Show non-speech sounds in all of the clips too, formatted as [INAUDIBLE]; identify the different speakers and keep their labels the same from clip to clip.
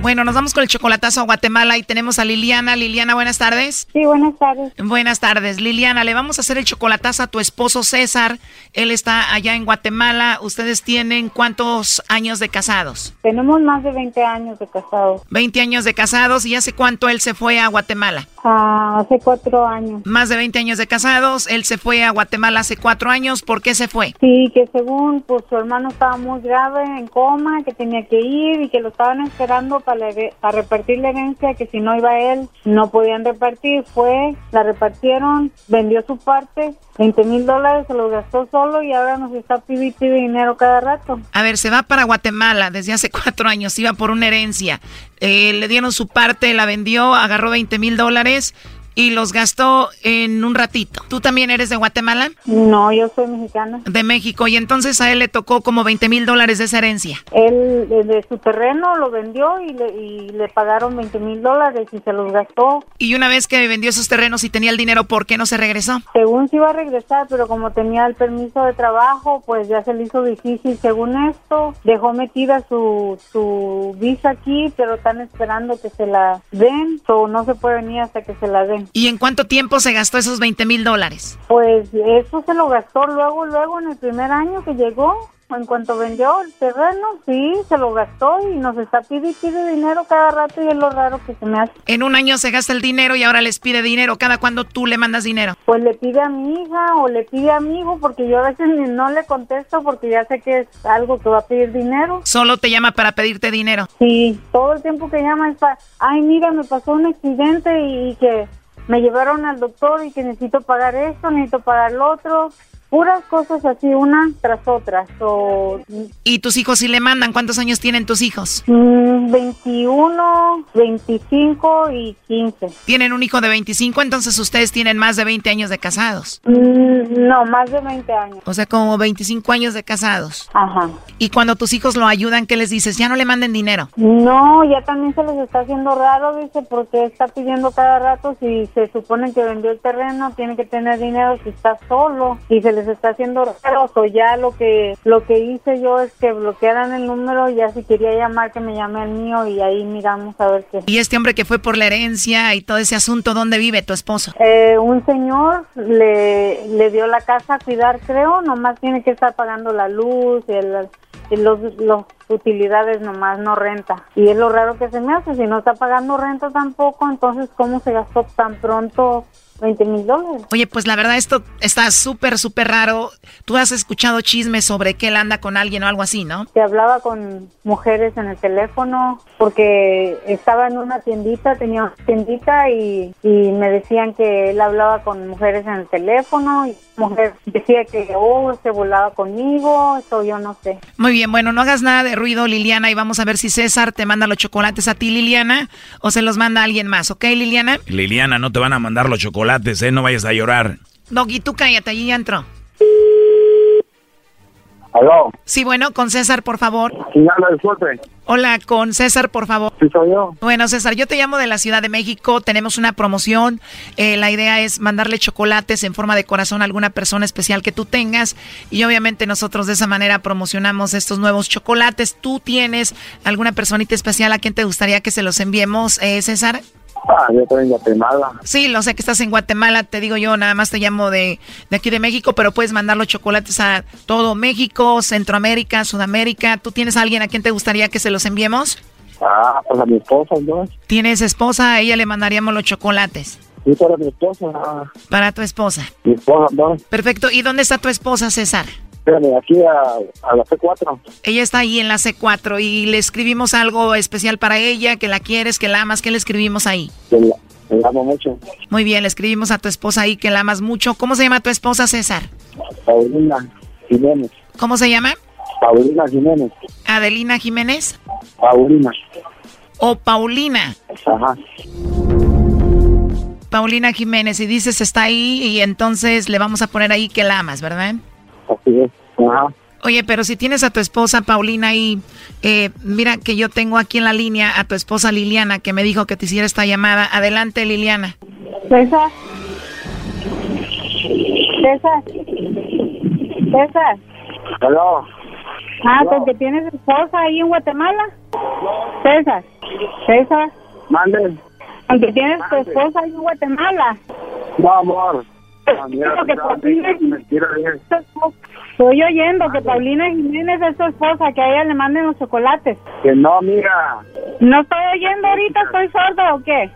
Speaker 1: Bueno, nos vamos con el chocolatazo a Guatemala y tenemos a Liliana. Liliana, buenas tardes.
Speaker 2: Sí, buenas tardes.
Speaker 1: Buenas tardes, Liliana. Le vamos a hacer el chocolatazo a tu esposo César. Él está allá en Guatemala. ¿Ustedes tienen cuántos años de casados?
Speaker 2: Tenemos más de 20 años de casados.
Speaker 1: 20 años de casados. ¿Y hace cuánto él se fue a Guatemala?
Speaker 2: Ah, hace cuatro años.
Speaker 1: Más de 20 años de casados. Él se fue a Guatemala hace cuatro años. ¿Por qué se fue?
Speaker 2: Sí, que según pues, su hermano estaba muy grave, en coma, que tenía que ir y que lo estaban esperando para, la here- para repartir la herencia, que si no iba él, no podían repartir. Fue, la repartieron, vendió su parte, 20 mil dólares se los gastó solo y ahora nos está pidiendo dinero cada rato.
Speaker 1: A ver, se va para Guatemala desde hace [LAUGHS] cuatro años, iba por una herencia. Eh, le dieron su parte, la vendió, agarró 20 mil dólares y los gastó en un ratito. ¿Tú también eres de Guatemala?
Speaker 2: No, yo soy mexicana.
Speaker 1: De México. Y entonces a él le tocó como 20 mil dólares de esa herencia.
Speaker 2: Él eh, de su terreno lo vendió y le, y le pagaron 20 mil dólares y se los gastó.
Speaker 1: Y una vez que vendió esos terrenos y tenía el dinero, ¿por qué no se regresó?
Speaker 2: Según se iba a regresar, pero como tenía el permiso de trabajo, pues ya se le hizo difícil. Según esto, dejó metida su, su visa aquí, pero están esperando que se la den, o no se puede venir hasta que se la den.
Speaker 1: ¿Y en cuánto tiempo se gastó esos 20 mil dólares?
Speaker 2: Pues eso se lo gastó luego, luego en el primer año que llegó. En cuanto vendió el terreno, sí, se lo gastó y nos está pidiendo dinero cada rato y es lo raro que se me hace.
Speaker 1: En un año se gasta el dinero y ahora les pide dinero. ¿Cada cuándo tú le mandas dinero?
Speaker 2: Pues le pide a mi hija o le pide a mi hijo, porque yo a veces ni- no le contesto porque ya sé que es algo que va a pedir dinero.
Speaker 1: Solo te llama para pedirte dinero.
Speaker 2: Sí, todo el tiempo que llama es para, ay, mira, me pasó un accidente y, y que me llevaron al doctor y que necesito pagar esto, necesito pagar lo otro. Puras cosas así, una tras otra. So,
Speaker 1: ¿Y tus hijos sí le mandan? ¿Cuántos años tienen tus hijos?
Speaker 2: mm, 21, 25 y 15.
Speaker 1: Tienen un hijo de 25, entonces ustedes tienen más de 20 años de casados.
Speaker 2: Mm, no, más de 20 años.
Speaker 1: O sea, como 25 años de casados.
Speaker 2: Ajá.
Speaker 1: Y cuando tus hijos lo ayudan, ¿qué les dices? Ya no le manden dinero.
Speaker 2: No, ya también se les está haciendo raro, dice, porque está pidiendo cada rato si se supone que vendió el terreno, tiene que tener dinero si está solo y se les está haciendo raro. O ya lo que lo que hice yo es que bloquearan el número, ya si quería llamar que me llame el mío y ahí miramos a ver qué.
Speaker 1: Y este hombre que fue por la herencia y todo ese asunto, ¿dónde vive tu esposo?
Speaker 2: Eh, un señor le, le dio la casa a cuidar, creo, nomás tiene que estar pagando la luz y el- y los, los utilidades nomás no renta. Y es lo raro que se me hace, si no está pagando renta tampoco, entonces ¿cómo se gastó tan pronto 20 mil dólares?
Speaker 1: Oye, pues la verdad esto está súper, súper raro. Tú has escuchado chismes sobre que él anda con alguien o algo así, ¿no?
Speaker 2: Se hablaba con mujeres en el teléfono porque estaba en una tiendita, tenía una tiendita y, y me decían que él hablaba con mujeres en el teléfono y mujer decía que, oh, se volaba conmigo, eso yo no sé.
Speaker 1: Muy bien, bueno, no hagas nada de ruido, Liliana, y vamos a ver si César te manda los chocolates a ti, Liliana, o se los manda a alguien más, ¿ok, Liliana?
Speaker 3: Liliana, no te van a mandar los chocolates, ¿eh? No vayas a llorar.
Speaker 1: Doggy, tú cállate, allí ya entró.
Speaker 4: Aló,
Speaker 1: Sí, bueno, con César, por favor.
Speaker 4: sí, habla, disculpe.
Speaker 1: Hola, con César, por favor.
Speaker 4: Sí, soy yo.
Speaker 1: Bueno, César, yo te llamo de la Ciudad de México. Tenemos una promoción. Eh, la idea es mandarle chocolates en forma de corazón a alguna persona especial que tú tengas. Y obviamente nosotros de esa manera promocionamos estos nuevos chocolates. ¿Tú tienes alguna personita especial a quien te gustaría que se los enviemos, eh, César?
Speaker 4: Ah, yo estoy en Guatemala.
Speaker 1: Sí, lo sé que estás en Guatemala, te digo yo, nada más te llamo de, de aquí de México, pero puedes mandar los chocolates a todo México, Centroamérica, Sudamérica. ¿Tú tienes a alguien a quien te gustaría que se los enviemos?
Speaker 4: Ah, pues a mi esposa, entonces.
Speaker 1: ¿Tienes esposa? A ella le mandaríamos los chocolates
Speaker 4: Sí, para mi esposa. ah,
Speaker 1: para tu esposa.
Speaker 4: mi esposa, entonces.
Speaker 1: Perfecto. ¿Y dónde está tu esposa, César?
Speaker 4: Espérame, aquí a, a la C4.
Speaker 1: Ella está ahí en la C4 y le escribimos algo especial para ella, que la quieres, que la amas, que le escribimos ahí.
Speaker 4: que la, que la amo mucho.
Speaker 1: Muy bien, le escribimos a tu esposa ahí, que la amas mucho. ¿Cómo se llama tu esposa, César?
Speaker 4: Paulina Jiménez.
Speaker 1: ¿Cómo se llama?
Speaker 4: Paulina Jiménez.
Speaker 1: Adelina Jiménez.
Speaker 4: Paulina.
Speaker 1: o Paulina.
Speaker 4: Ajá.
Speaker 1: Paulina Jiménez, y dices está ahí y entonces le vamos a poner ahí que la amas, ¿verdad?
Speaker 4: Así es. Ajá.
Speaker 1: Oye, pero si tienes a tu esposa Paulina ahí, eh, mira que yo tengo aquí en la línea a tu esposa Liliana que me dijo que te hiciera esta llamada. Adelante, Liliana.
Speaker 2: César. César. César.
Speaker 4: Aló.
Speaker 2: Ah, pues que tienes esposa ahí en Guatemala. César. César.
Speaker 4: Mande.
Speaker 2: Aunque tienes tu esposa ahí en Guatemala.
Speaker 4: No, amor. Ah,
Speaker 2: Creo que
Speaker 4: mira,
Speaker 2: Paulina Jiménez
Speaker 4: mentira, dije.
Speaker 2: es tu esposa. Estoy oyendo que Paulina Jiménez es tu esposa, que a ella le manden los chocolates.
Speaker 4: Que no, mira.
Speaker 2: No estoy oyendo ahorita, estoy sordo o qué.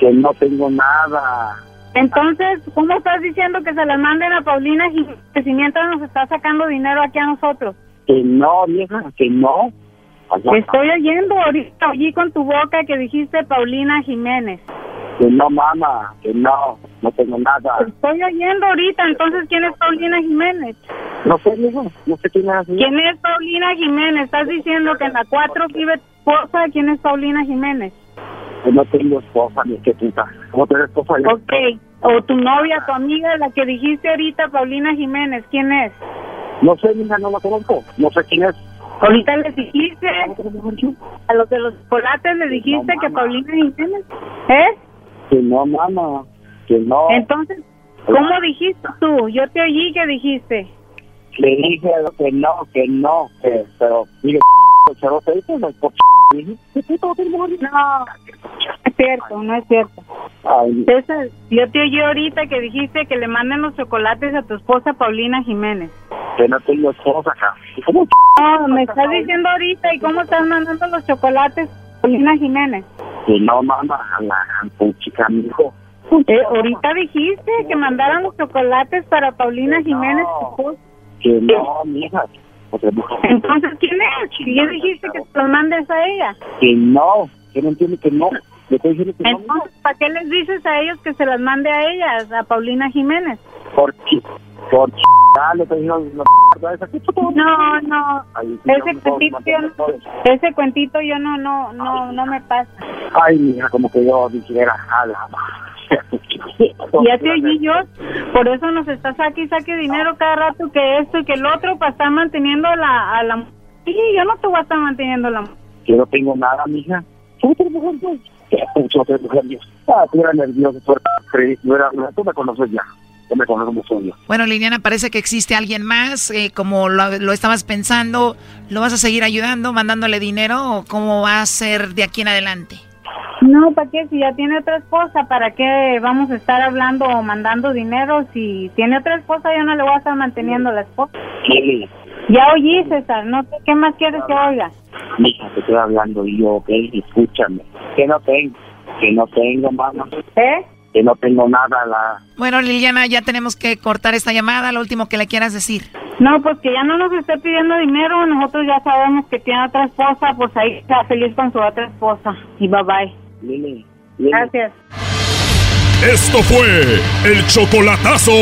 Speaker 4: Que no tengo nada.
Speaker 2: Entonces, ¿cómo estás diciendo que se las manden a Paulina Jiménez y mientras nos está sacando dinero aquí a nosotros?
Speaker 4: Que no, vieja, que no. Ajá.
Speaker 2: Estoy oyendo ahorita, allí con tu boca que dijiste Paulina Jiménez.
Speaker 4: Que no, mamá. Que no. No tengo nada.
Speaker 2: Estoy oyendo ahorita, entonces, ¿quién es Paulina Jiménez?
Speaker 4: No sé, viejo. No sé quién es así.
Speaker 2: ¿Quién es Paulina Jiménez? Estás diciendo que en la 4 vive tu esposa, ¿quién es Paulina Jiménez?
Speaker 4: Que no tengo esposa, ni qué puta. ¿Cómo tener esposa? yo?
Speaker 2: Ok, o tu novia, tu amiga, la que dijiste ahorita, Paulina Jiménez, ¿quién es?
Speaker 4: No sé, mija, no la conozco. No sé quién es.
Speaker 2: Ahorita les dijiste, a los de los chocolates le dijiste
Speaker 4: No,
Speaker 2: que
Speaker 4: mamá.
Speaker 2: Paulina Jiménez, ¿eh?
Speaker 4: Que no, mamá. Que no.
Speaker 2: Entonces, ¿cómo dijiste tú? Yo te oí que dijiste.
Speaker 4: Le dije que no, que no, que, pero dije, pero te dije, no, por dije, ¿qué puto matrimonio?
Speaker 2: No, es cierto, no es cierto.
Speaker 4: Ay,
Speaker 2: César, yo te oí ahorita que dijiste que le manden los chocolates a tu esposa Paulina Jiménez.
Speaker 4: que no tengo esposa acá. ¿Y cómo ch-
Speaker 2: No, me estás diciendo ahorita, ¿y cómo estás mandando los chocolates a Paulina Jiménez?
Speaker 4: Que no, mamá, a la a tu chica, mi hijo.
Speaker 2: Eh, ahorita dijiste que mandaran los chocolates para Paulina Jiménez, tu esposa.
Speaker 4: Que no, mija. O sea, mijo,
Speaker 2: Entonces, ¿quién es? Si ya dijiste que se los mandes a ella.
Speaker 4: que no, que no entiende que no. Le estoy diciendo que no, mijo.
Speaker 2: Entonces, ¿para qué les dices a ellos que se las mande a ellas, a Paulina Jiménez?
Speaker 4: por chi, por chi, ah, le estoy diciendo la mierda esa, ¿qué puto
Speaker 2: No, no.
Speaker 4: Ay, sí,
Speaker 2: Ese
Speaker 4: yo
Speaker 2: cuentito, yo
Speaker 4: me puedo
Speaker 2: no- ese cuentito yo no, no, no, no me pasa.
Speaker 4: Ay, mija, como que yo dijera, a la
Speaker 2: [LAUGHS] Ya te oí yo, por eso nos está saque y saque dinero cada rato que esto y que el otro para estar manteniendo a la, a la mu- Sí, yo no te voy a estar manteniendo la mu-
Speaker 4: Yo no tengo nada, mija. ¿Cómo te lo Dios? ¿Qué puto te lo Dios? Ah, tú eras nervioso, tú eras creí- tú eras- tú me conoces ya. Yo me conozco mucho ya.
Speaker 1: Bueno, Liliana, parece que existe alguien más, eh, como lo, lo estabas pensando, ¿lo vas a seguir ayudando, mandándole dinero o cómo va a ser de aquí en adelante?
Speaker 2: No, ¿para qué? Si ya tiene otra esposa, ¿para qué vamos a estar hablando o mandando dinero? Si tiene otra esposa, yo no le voy a estar manteniendo la esposa.
Speaker 4: ¿Qué?
Speaker 2: Ya oí, César, no sé qué más quieres que oiga.
Speaker 4: Mija, te estoy hablando y yo, ok, escúchame. Que no tengo, que no tengo, mamá.
Speaker 2: ¿Eh?
Speaker 4: Que no tengo nada, la...
Speaker 1: Bueno, Liliana, ya tenemos que cortar esta llamada, lo último que le quieras decir.
Speaker 2: No, pues que ya no nos esté pidiendo dinero, nosotros ya sabemos que tiene otra esposa, pues ahí está feliz con su otra esposa. Y bye bye.
Speaker 4: Lili, Lili.
Speaker 2: Gracias.
Speaker 5: Esto fue el chocolatazo.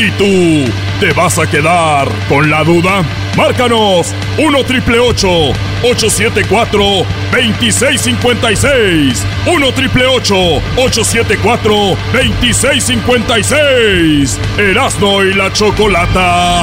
Speaker 5: ¿Y tú te vas a quedar con la duda? Márcanos 1 triple 874 2656. 1 triple 874 [LAUGHS] 2656. Erasno y la chocolata.